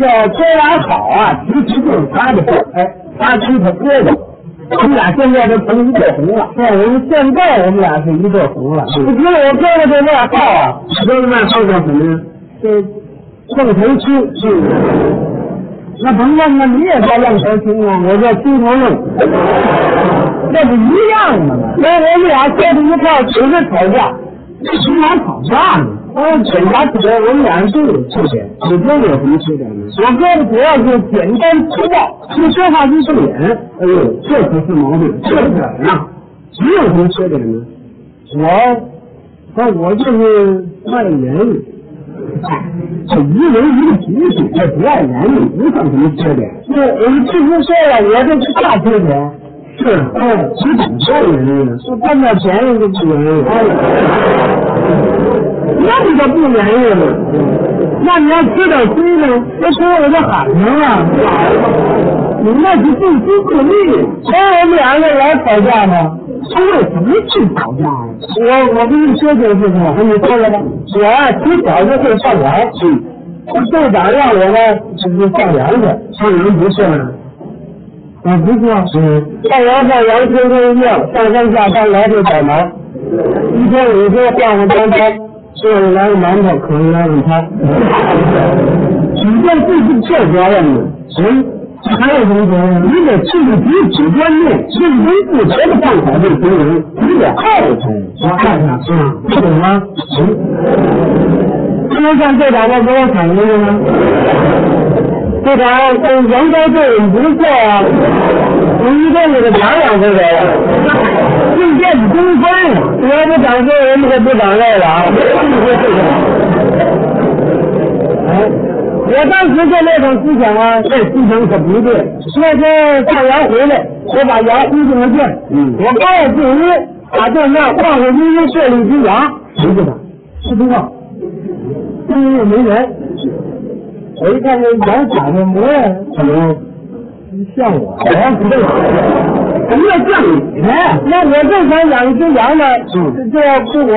个哥俩好啊，其实就是他的事儿，哎，他是他哥哥。我们俩现在都成一对红了，对，我们现在我们俩是一对红了。嗯你觉得我哥哥这外号啊？你哥哥外号叫什么呀？这愣头青，嗯那甭问了，你也叫愣头青啊？我叫青头愣，那不一样吗？那我们俩坐在一块儿总是吵架，那起码吵架呢。哦，检查起来我们俩人都有缺点。你哥哥有什么缺点呢？我哥哥主要是简单粗暴，这说话就不脸，哎呦，这可是毛病，这是哪儿啊？你有什么缺点呢？我，那我就是爱言语。这一人一个脾气，这不爱言语不算什么缺点。我我们之前说了，我这是大缺点，是，哎，你怎么说言语呢？就占点便宜就不言语。哎，那你就不言语了。那你要吃点亏呢？那亏我就喊上了。你那是自私自利。哎，我们两个老吵架呢。他为什么去吵架呀？我我跟你说这个事情，我跟你说了吧。我啊，从小就会放羊。嗯。我队长让我呢，就是放羊去。上人不是吗？我啊不错，嗯，放羊放羊，天天一样，上山下山来回百忙，一天五天换换当班，这里来个馒头，可能来个汤。只见自己这责任呢，嗯，还有什么责任？你得去你主观念，认为不觉得办好这行人，你得爱他呀。我爱他，嗯，不懂吗？嗯，不能像队长那给我反映的吗？队长，呃，杨高队我们不错啊，我们一共给他奖两回了，这叫你公分呀。你要啊不长队，我们可不长队了啊！哎我当时就那种思想啊，这思想可不对。那天放羊回来，我把羊呼进了圈，嗯我刚要进屋，打对面晃晃悠悠过了一只羊，谁知道？不知道，因为没人。我一看这羊长得模样可能像我，怎么要叫你呢？哎那我正想养一只羊呢，嗯这要是我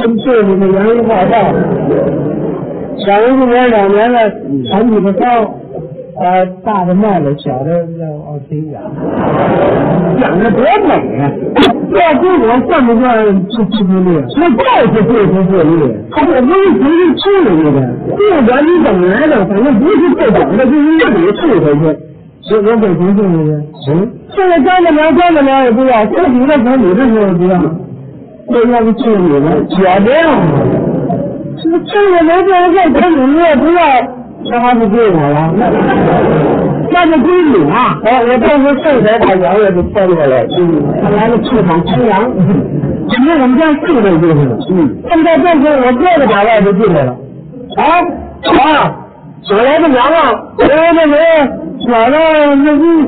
跟队里的羊一块儿放，养一年两年了，嗯产几个羔，呃，大的卖了，小的要往谁养？养的多美啊呀！这要归我算不算自私自利？那就是自私自利。他我不是从这处理你的，不管你怎么来的，反正不是这种的，就应该给他退回去。我我给谁送去？嗯，现在张大娘、张大娘也不要，这几个从你这时候不要，这要不是你们也不要。这个这个没变现，可你们也不要，那还不归我了？那就归你啊！哎，我到时候送谁把羊也给牵过来。嗯，他来个气场清扬，你看我们家四个就是了，嗯，现在这回我哥哥打外头进来了，啊啊，我来个羊啊，我来那谁，买了那一，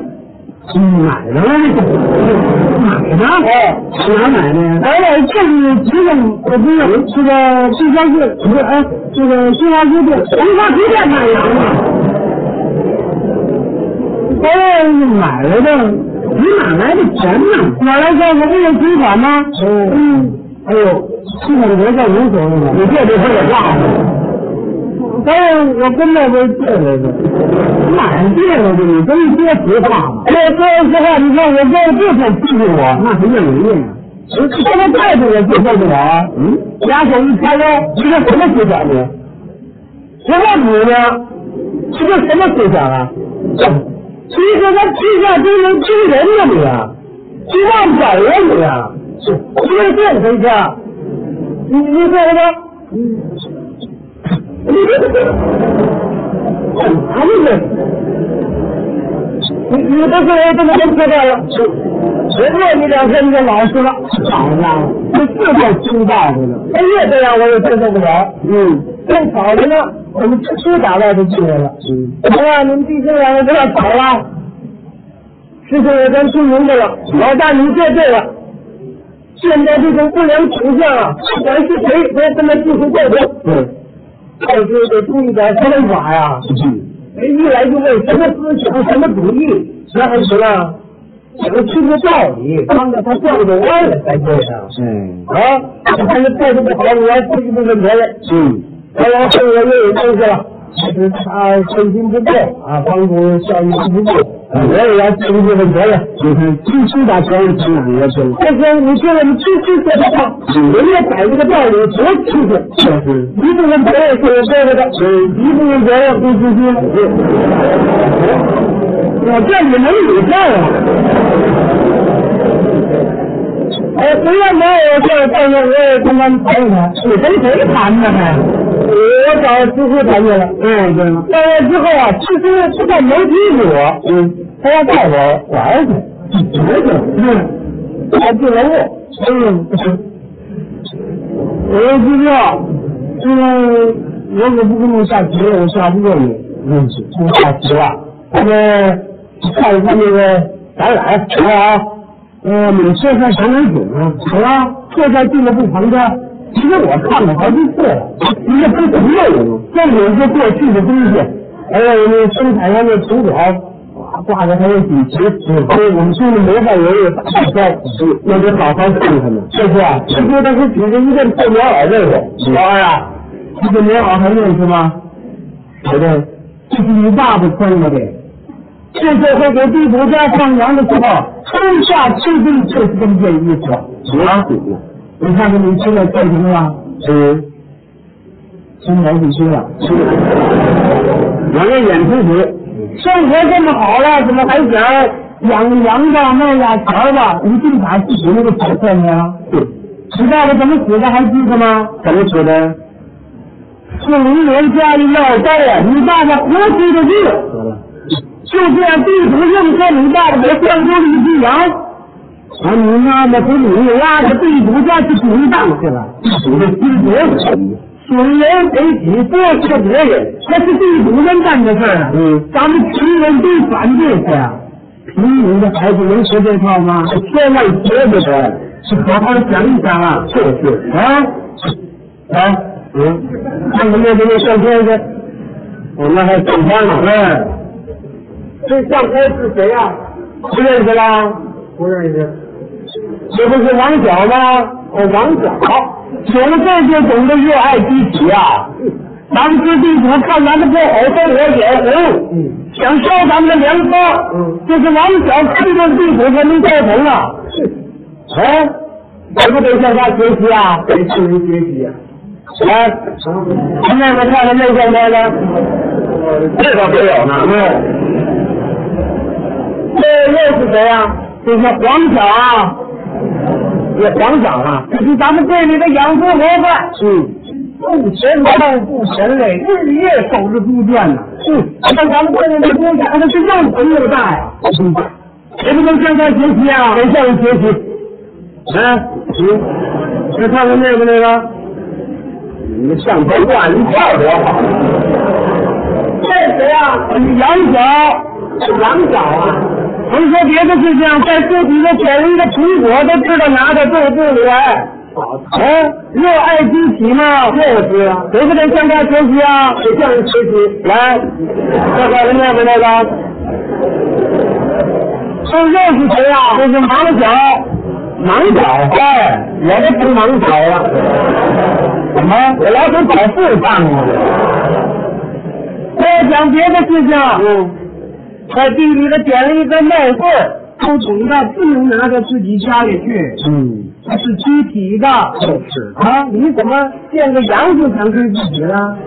买的了，买的，哎，哪买的呀？哎呀，这是几个，我不是这个新华书，不是哎，这个新华书店，红花皮店买羊啊？哎，买来的，你哪来的钱呢？哪来的？我不有存款吗？嗯，哎呦，这个我叫无所谓了，你这就说我话了。哎，我跟那边借来的。买这个的，你真说实话嘛？这哎说实话，你看我哥这才欺负我，那谁叫你念啊？我这个态度也不对付我啊。嗯，俩手一叉腰，这叫什么思想啊呢？谁问你呢？这叫什么思想啊？你说他欺下都能欺人呢你啊？欺忘本了你啊？是，你这见谁去啊？你你说什么？嗯你这干嘛呢这？你你这个人怎么能知道了？谁过你两天你就老实了。好家伙，这这叫粗暴的了。他越这样我也接受不了。嗯正吵着呢，我们出去打外头进来了。嗯，哎呀，你们弟兄两个不要吵了。师兄，我咱听明白了，老大您说对了。现在这种不良倾向啊，不管是谁，都跟他进行斗争。对，但是得哎注意点方法呀，嗯，别一来就问什么思想、什么主义，那还行啊。讲清楚道理，帮着他转过弯来才对呢。哎，啊，他这态度不好，我要进一步问责任。嗯，哎呀，这我又有东西了，就是他身心不够啊，帮助效益不够，嗯我也要尽这份责任。你看，区区把责任承揽过去了，这个你说我们区区做得到，人家摆这个道理多清楚，就是一部分责任是我背着的，一部分责任归自己。我这你能理解啊？哎，不要没有这这个，我也跟他们谈一谈。哎你跟谁谈的还？我找知乎谈去了。嗯，对了，到那之后啊，知乎不但没提我，嗯，他要带我我儿子，儿子，嗯，还进了屋，嗯，我说知道，这个我可不跟你下棋，我下不过你，认识，不下棋啊了。他们看一看那个啊展览，好不好？呃，你说说啥能景啊？好啊，坐在俱乐部旁边，其实我看过好几次了。你这不是没有？这也是过去的东西，哎还有那生产上的图表，挂着还有底旗，所以我们兄弟没在人有大家那得好好看看呢。这是啊，听说他是举着一阵破棉袄认识。老二啊，这个棉袄还认识吗？谁的？这是你爸爸穿过的。这社会给地主家放羊的时候，春夏秋冬就是这么件衣服。啊，你看看你现在干什么了？嗯，生活必须了。我这眼皮子，生活这么好了，怎么还想养羊的、卖俩钱的？你净把自己那个小算呀？你爸爸怎么死的还记得吗？怎么说的？四零年家里闹灾呀，你爸爸活着的命。就这样，地主硬说你爸爸给灌出一只羊。啊，你妈妈把你拉到地主家去鼓荡去了，属的心多狠损人为己，剥削别人，那是地主人干的事儿啊。嗯，咱们穷人都反对啊他呀。贫民的孩子能学这套吗？千万别不得，是好好想一想啊。就是啊啊，嗯，看看那个那上天去，我们还上班呢。嗯，这上天是谁呀、不认识啦？不认识。这不是王小吗？哦，王小，有了这就懂得热爱集体啊！嗯咱们这地主看咱们不好，生活眼红，嗯，想烧咱们的粮仓。嗯，这是王小看中地主才能造成啊！嗯哎，咱们得向他学习哎啊！谁是人学习啊？来，那边看看那嗯边来来，嗯这倒没有呢。这又是谁啊？这是黄小啊，也想想啊。这是咱们队里的养猪模范。嗯，不嫌劳不嫌累，日夜守着猪圈呢。嗯，那咱们这个猪养的是又肥又大呀，嗯，谁不能向他学习啊？谁向人学习？哎，嗯，再看看那个那个，你们上头挂一块多好。这谁啊？杨小，杨小啊。甭说别的事情，在自己的选一的苹果都知道拿到肚子里来。哎，热爱自己嘛，哦就是啊，谁不得向他学习啊？谁向人学习？来，再看看那边那个，这又是谁啊？这是马小。忙脚。哎，我这不忙脚啊，怎么？我老得找富上啊。再讲别的事情，嗯，在地里头捡了一个麦穗儿，都懂得不能拿到自己家里去，嗯，它是集体的。就是啊，你怎么见个羊就想吃自己了？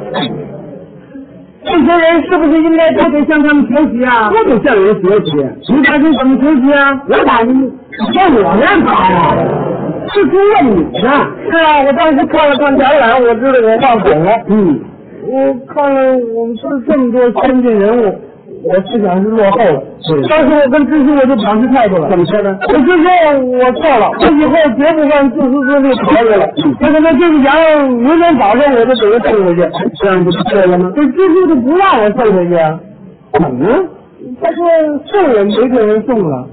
这些人是不是应该都得向他们学习啊？我得向人学习。你打算怎么学习啊？我打你，向我那打呀？是猪问你呢？是啊，我当时看了看展览，我知道我忘本了。嗯，我看了我们村这么多先进人物，我思想是落后了。是当时我跟知书我就表示态度了。怎么说呢？我就说我错了，我以后绝不犯自私自利条子了。嗯那可能这个羊明天早上我就给它送回去，这样不就对了吗？这知书就不让我送回去啊。怎么了？他说送也没给人送了，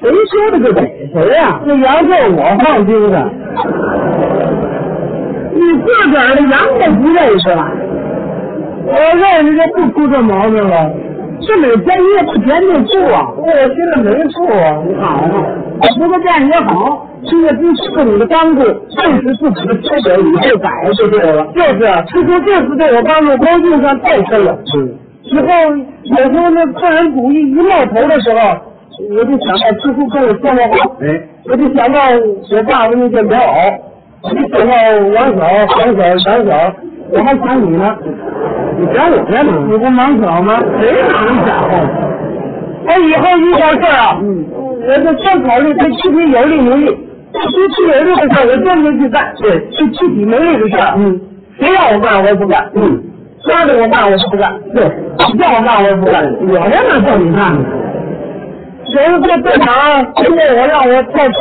谁说的就给谁呀、那羊是我放丢的，你自个儿的羊都不认识了，我认识就不出这毛病了。这每天一块钱就付啊，我心里没数啊，好嘛，我不过这样也好，吃的不是你的帮助，认识自己的缺点，你就改就对了。就是，啊师说这次对我帮助高兴上太深了。嗯。以后有时候那个人主义一冒头的时候，我就想到师傅跟我说过话，哎，我就想到我爸爸那件棉袄，我就想到王小、黄小、杨小，我还想你呢。你讲我干嘛？你不忙小吗？谁能讲？我啊哎以后遇到事儿啊，嗯我就先考虑对躯体有利没利。对躯体有利的事儿，我坚决去干；对对躯体没利的事儿，嗯，谁让我干我也不干。嗯，拉着我干我就不干，对，你叫我干我也不干。我干嘛叫你干呢？有一个队长跟着我让我跳车，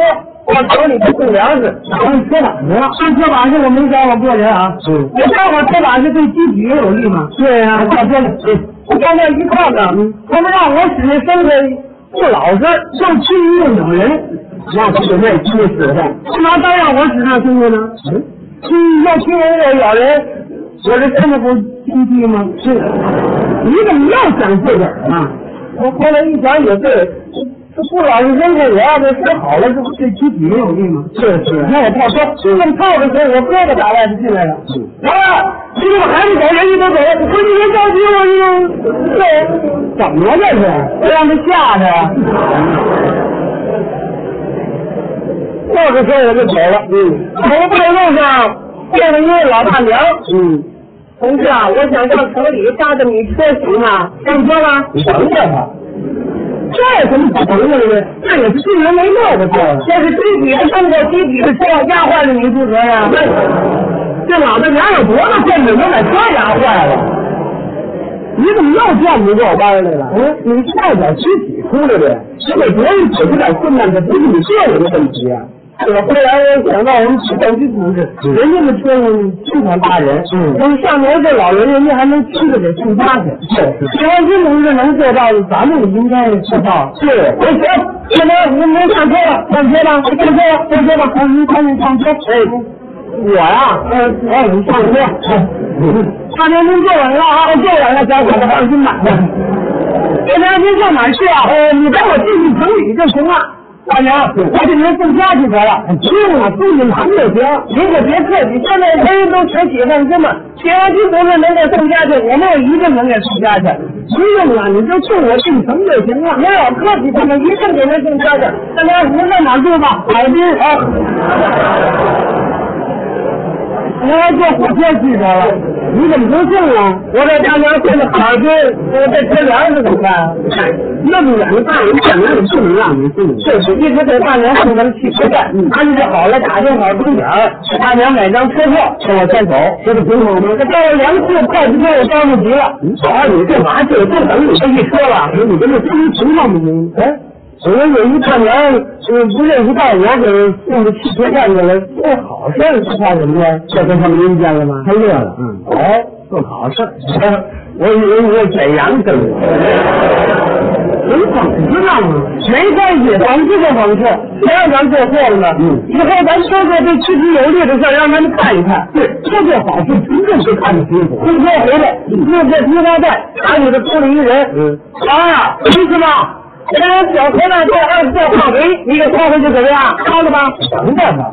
往城里头送粮食，我你说哪去了？上车把式我没找我个人啊。嗯，我待会儿车把式对机体也有利吗？对呀、我大到这里，我到那一看呢，他们让我使那身子不老实，又轻又咬人。那可得为吃死的。干嘛单让我使那身子呢？嗯，嗯，要轻又咬人，我这身子不心虚吗？是，你怎么又想自个儿呢？我后来一想也对，这不老实身子，我要是使好了，这不对机体没有利吗？这是那我套车，正套的时候，我胳膊打外头进来了。嗯啊，你怎么还不走？人家都走了，我说你别着急，我就走。怎么了这是？我让他吓的呀。那个时候我就走了，嗯走到半路上见了一位老大娘，嗯，同志啊，我想上城里搭着你车行吗？上车吧。你等等吧。这有什么可能的呢？这也是进人为乐的事儿。这是集体的生活，集体的车，压坏了你不得呀？嗯这老大娘有多大见识，能把车压坏了？你怎么又转回这班来了？嗯，你是代表集体出来的，是给别人解决点困难，可不是你个人的问题啊。我哎忽然想到我们起矿区同志，嗯人家的车经常搭人，嗯那么上年这老人人家还能亲自给送家去。是起矿区同志能做到的，咱们也应该做到。是，我行，现在您您上车吧，上车吧，上车吧，上车吧，好，您赶紧上车。哎，我呀，嗯，哎，你上车。嗯，大娘您坐稳了啊，坐稳了，小伙子放心吧。大娘哎您上哪儿去啊？呃，你带我进去城里就行了。大娘，我给您送家去得了。不用了，送进堂就行。您可别客气，现在人人都扯起放心嘛。铁王军同志能给送家去，我们也一定能给送家去。不用了，你就送我进城就行了。您老客气，我们一定给您送家去。大家您在哪儿住吧？海滨啊。您还坐火车去的了？你怎么不送啊？我在大娘送的海滨，我这车粮食怎么办？那么远的大人怎么也不能让你送？这是一直给大娘送咱们汽车站，安置好了，打听好终点儿，给大娘买张车票，送我先走。这不挺好吗？嗯这到了两次快递车，我着急了。你瞧你干嘛去？就等你这一车了，你跟这司机情况不行。哎，我有一大娘，呃，不认识道，我给送到汽车站去了，做好事儿是怕什么呀？这跟他们人见了吗？他乐了，嗯，哎，做好事儿。我以为你是沈阳的，人怎么样啊？没关系，咱们就这往事，谁让咱做错了呢？嗯以后咱说说对区区有利的事儿，让他们看一看。对，嗯这做好事群众是看得清楚。今天回来，弄这批发站，厂里头出了一人，嗯，啊，意思吗？给人小河那这二十四号回，你给拖回去怎么样？高了吧？等等吧，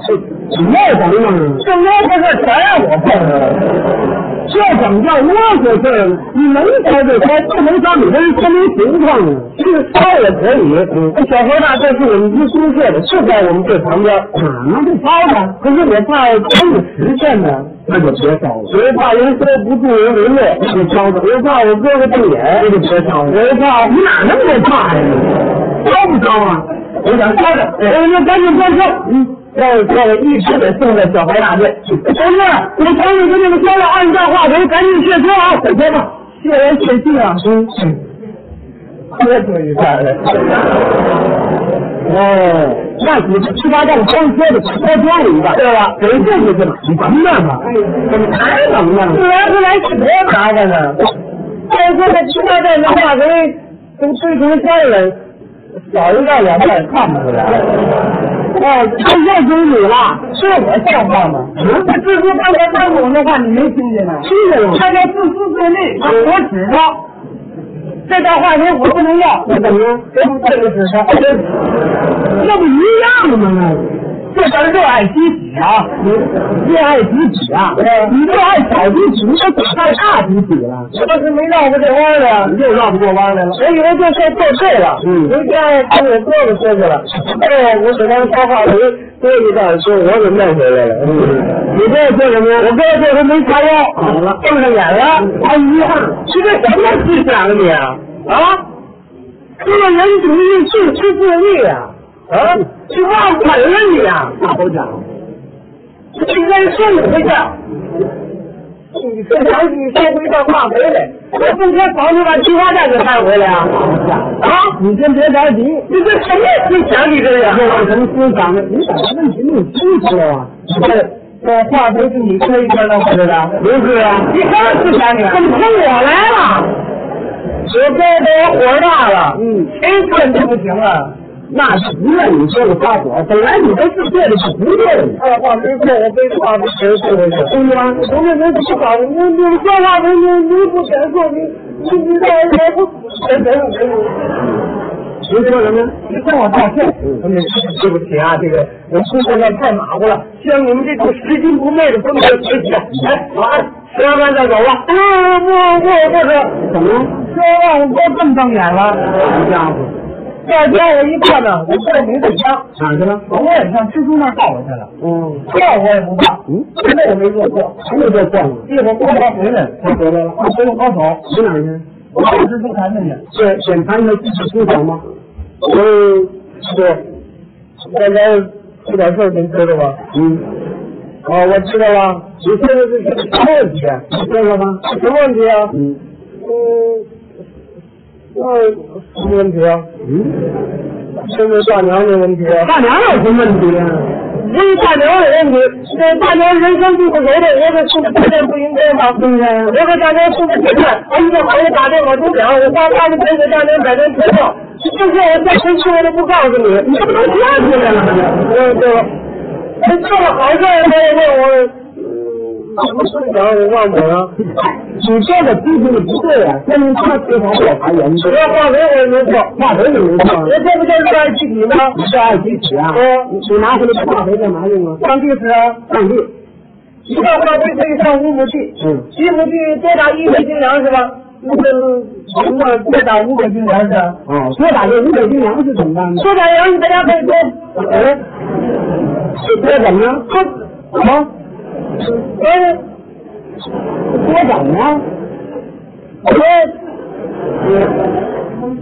你又等等啊？这窝子事全让我碰上了。这怎么叫啰嗦事儿呢？你能说就说，不能说你跟人说明情况啊。这个烧也可以，嗯这哎小河大这是我们一宿舍的，就在我们这旁边。哪能不烧吧，可是我怕耽误时间呢，那就别烧了，我又怕人说不住人不乐，你烧吧我，又怕我哥哥瞪那眼，就别烧我了。又怕你哪那么多怕呀？烧不烧啊？我想说的，我就赶紧关车，嗯，让我让我一直得送到小河大队。同志，我赶紧跟你们说了，按照话头，赶紧卸车啊！再见吧。谢人谢地啊！嗯，喝出一半来。哦，那你这批发站光车的多装了一个，对吧给人进去去了，你等等吧，怎么还等不呢？然不来是多麻烦呢。再说这批发站的话，给都堆成山了，少一半两半也看不出来。哦，他认识你了，是我像话吗？嗯他自从刚才张总的话，你没听见吗？听见了吗？他叫自私自利，他我指他。这道话说我不能要，那怎么了？这不这个指他。那不一样吗？这这咱热爱集体啊，热爱集体啊，嗯你热爱小集体，你怎么爱大集体了？我当时没绕过这弯来，又绕不过弯来了。我以为这事做对了。嗯明天跟我哥哥说去了。哎，我给他们说话没说一段，说我给弄回来了。嗯你这做什么？我哥这回没插腰，好了瞪上眼了。哎呀，这个什么思想啊你啊？啊，这个人主义是是自利啊！啊，你忘本了你啊！大头奖，应该顺回去。你这想你先回到骂回来，我不该房子把菊花蛋给带回来啊！啊，你先别着急，你这什么思想？你这是？这是什么思想呢？你把问题弄清楚了啊！这这话都是你说一圈弄回来的，刘哥啊，你什么思想你？怎么我来了？我该都火大了，嗯谁看都不行了。啊那是不怨你说的发火，本来你这是对的，是不对的。二话没说，我非话不行，是不是？对呀，我们能不搞？你你说话你你你不敢说，你你你让人不等等您说什么？你向我道歉，嗯，对不起啊，这个我工作量太马虎了，需要你们这种拾金不昧的风格学习。哎，好，吃完饭再走吧。不不哎不不是，怎么了？说话我哥这么瞪眼了，好家伙，再加我一看呢，我再没对象，哪儿去了？我也上蜘蛛那儿抱回去了，嗯，这我也不怕，嗯这个我没做错，还有这逛呢？一会儿过来回来，他回来了，我回我高手。去哪儿去？我是猪坛子去。是检查你的自己思想吗？嗯，是。大家这点事儿您知道吗？嗯，啊，我知道了。你现在是什么问题？你说说吧。什么问题啊？嗯嗯，那什么问题啊？嗯，是不是大娘的问题啊？大娘有什么问题啊？不是大娘的问题，这大娘人生地不熟的，我给送的饭店不应该吗？对呀、我给大娘送的饭店，哎呀，我给打电话都讲，我花八十块给大娘买张车票，这事我再回去我都不告诉你，你这不都嫁出来了吗？嗯，对了，哎，做了好事儿，那那我，嗯，怎么说讲我忘本了？啊你这个批评的不对啊，说明他缺乏调查研究我。要化肥我也没错，化肥你没错啊我，这不就是爱自己吗？你是爱集体啊？嗯你拿回来化肥干嘛用啊？上地址啊，上地。一袋化肥可以上五亩地，嗯，一亩地多打一百斤粮食吧？那个什么多打五百斤粮食啊？哦，多打这五百斤粮食怎么办呢？多打粮食大家可以多，哎，这怎么了？嗯多啊什么？嗯，多怎么啊了？多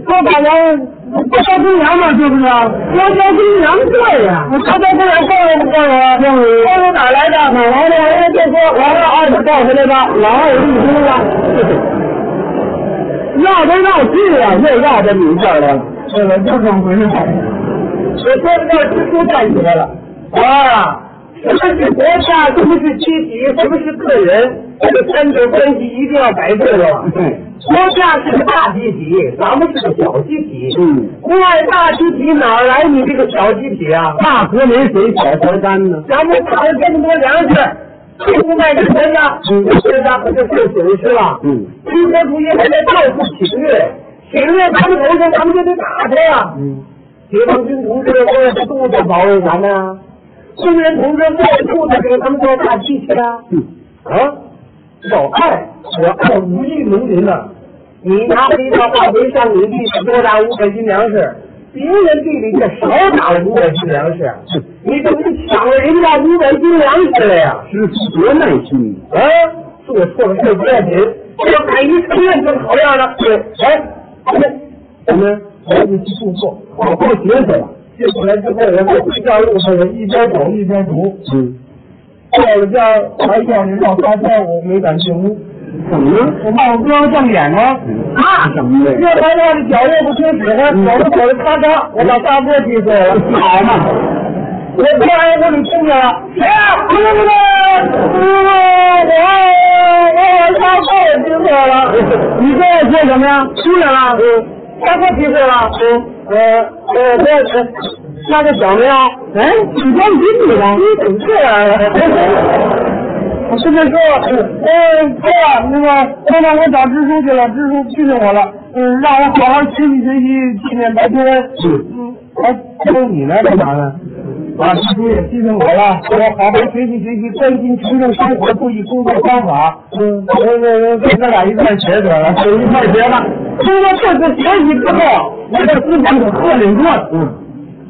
多打粮食。不烧公粮吗？是不是？多烧公粮对呀、你说这不能放了不放了？放了，放了哪来的？哪来的？人家就说我让二十抱回来吧，老二一听了，绕都绕去了，又绕到你这儿来了。这个就这么回事。我说这个蜘蛛站起来了。啊，什么是国家，什么是集体，什么是个人，这个三者关系一定要摆对了。对，国家是个大集体，咱们是个小集体。嗯，不按大集体哪儿来你这个小集体啊？大河没水，小河干呢。咱们打了这么多粮食，就不卖给人家，人家可就受损失了。嗯，军国主义还在到处侵略，侵略咱们头上，咱们就得打他呀。嗯，解放军同志摸着肚子保卫咱们啊，工人同志摸着肚子给他们做大气去啊。嗯，啊，小爱，我爱无意农民呐、你拿回一套化肥上你地里多打五百斤粮食，别人地里却少打了五百斤粮食，你怎么就抢了人家五百斤粮食了呀？知足多耐心。啊，做错了事不要紧，要改一次认就好样了。对，哎，什么？我你去工作，我过学去了。接过来之后，我们回家路上我一边走一边读，嗯，到了家还叫你让发烧，我没敢进屋。怎么了？我怕我哥瞪眼啊！怕什么越的？来越脚越不听使唤，走着走着咔嚓，我把大波踢碎了。好嘛，我突然我给听见了，谁呀？不是不是，我我大波踢碎了。你这要说什么呀？出来了，嗯，大波踢碎了，嗯，呃呃，那那个小子呀，哎，你光听你的。你怎么这样啊？我是不是说，嗯，哥、那个，刚才我找支书去了，支书批评我了，嗯，让我好好学习学习，避免白天嗯，嗯，还抽你呢，干嘛呢？啊，提出也提醒我了，我要好好学习学习，专心群众生活，注意工作方法。嗯，我哎我我，咱俩一块儿学得了，我一块儿学吧。通过这次学习之后，我的思想可鹤立多了。嗯，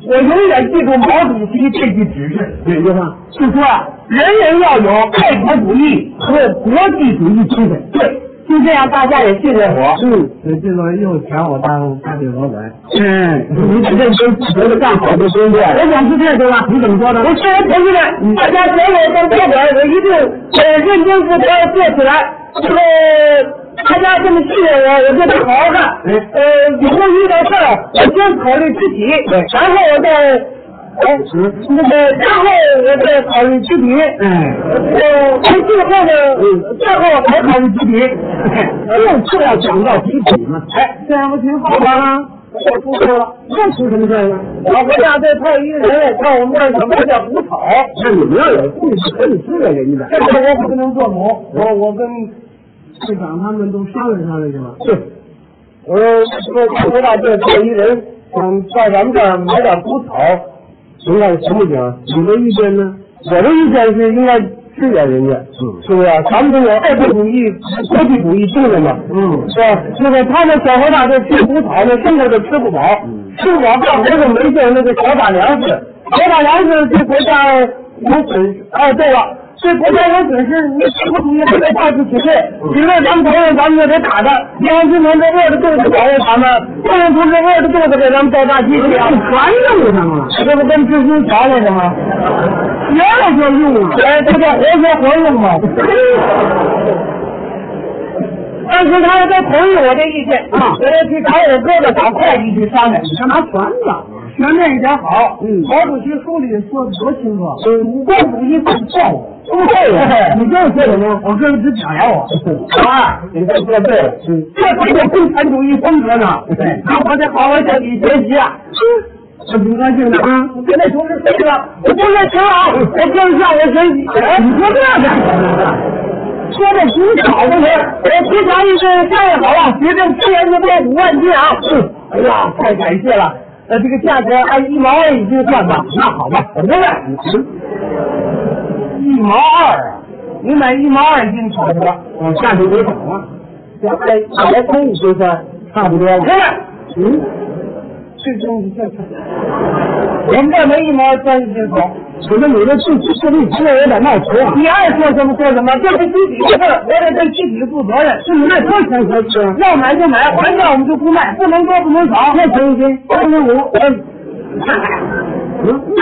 我永远记住毛主席这句指示，哪句话？是说啊，人人要有爱国主义和国际主义精神。对，就这样，大家也信任我。嗯，这这个又抢我当大队老板。嗯，你得认真负责的干好这工作。我想是这对吧？你怎么说呢？我是我同志们，嗯大家所有都别管，我一定呃认真负责做起来。这个大家这么信任我，我就得好好干。嗯呃，以后遇到事儿，我先考虑自己，对然后我再，哎嗯，那个，然后我再考虑自己。哎，呃，最后呢，最后我才考虑自己。又就要讲到集体嘛。哎，这样不挺好吗？我出错了，又出什么事儿了？我不想再套一个人，看我们这儿什么叫胡草。那你们要有共识，可以支援人家这的。事儿我不能做主。我我跟市长他们都商量商量去了。对，我说我知道这这一人，嗯，在咱们这儿买点谷草，您啊看行不行？你的意见呢？我的意见是应该支援人家，嗯是不是？啊咱们这有爱国主义、国际主义精神嘛，嗯是吧？那个他们小和尚就吃谷草，那牲口就吃不饱，嗯吃不饱干活就没地儿那个小打粮食，小打粮食对国家有损失。哎，对了。对国家有损失，你什么主义还得大肆起事？比如咱们同志，咱们就得打他。杨红军同志饿着肚子保护咱们，邓文同志饿着肚子给咱们倒大鸡血啊！全用上了。这不跟蜘蛛侠似的吗？别让他用了。哎，这叫活学活用嘛。但是他都同意我的意见啊我要去找我哥哥找会计去商量，干嘛全了？全面一点好。嗯毛主席书里说的多清楚，嗯五官主义不错误。对呀哎你你这说这说什什么么？我哥哥只表扬我。老二，你这说对了，嗯这才叫共产主义风格呢。对那我得好好向你学习啊。这挺高兴的啊。我跟那同志说去了，我不是挺好，我就是向我学习。哎，你说这干什么？说这挺巧的人，我提前一个商量好了，决定支援您这五万斤啊！哎呀，太感谢了。呃，这个价格按一毛二一斤算吧。那好吧，我不是一毛二啊，你买一毛二斤瞅着吧。我下去没找啊。现在也可以就算，差不多不了。是，嗯，这东西这这，我们这没一毛二三一斤瞅。我说你这自己自立行为有点闹头啊。你爱说什么说什么，这是自己的事儿，我得对自己负责任。这你那多少钱合适啊？要买就买，还价我们就不卖，不能多不能少。那行行，三十五，嗯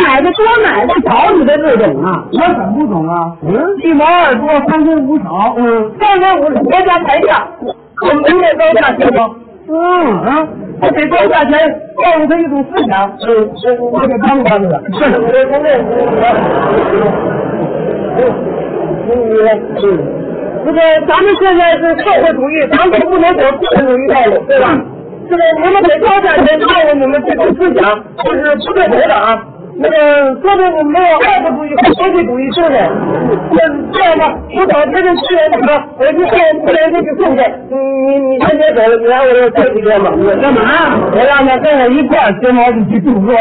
买的多买的少，你这不懂啊？我怎么不懂啊？嗯一毛二多，三分五少。嗯三分五是国家抬价，我们得高价竞争，嗯啊，我得高价钱告诉他一种思想，是我得帮帮他。是我这同是是。那个咱们现在是社会主义，咱们不能走资本主义道路，对吧？这个你们得高价钱告诉你们这种思想，就是不对头的啊。那个说的我们没有爱国主义和国际主义精神，那嗯这样吧，我找这个资源怎么，我去上资源这个送去。嗯你你你先别走，你来我这儿待几啊天吧。我干嘛？我让他跟我一块儿学毛主席著作。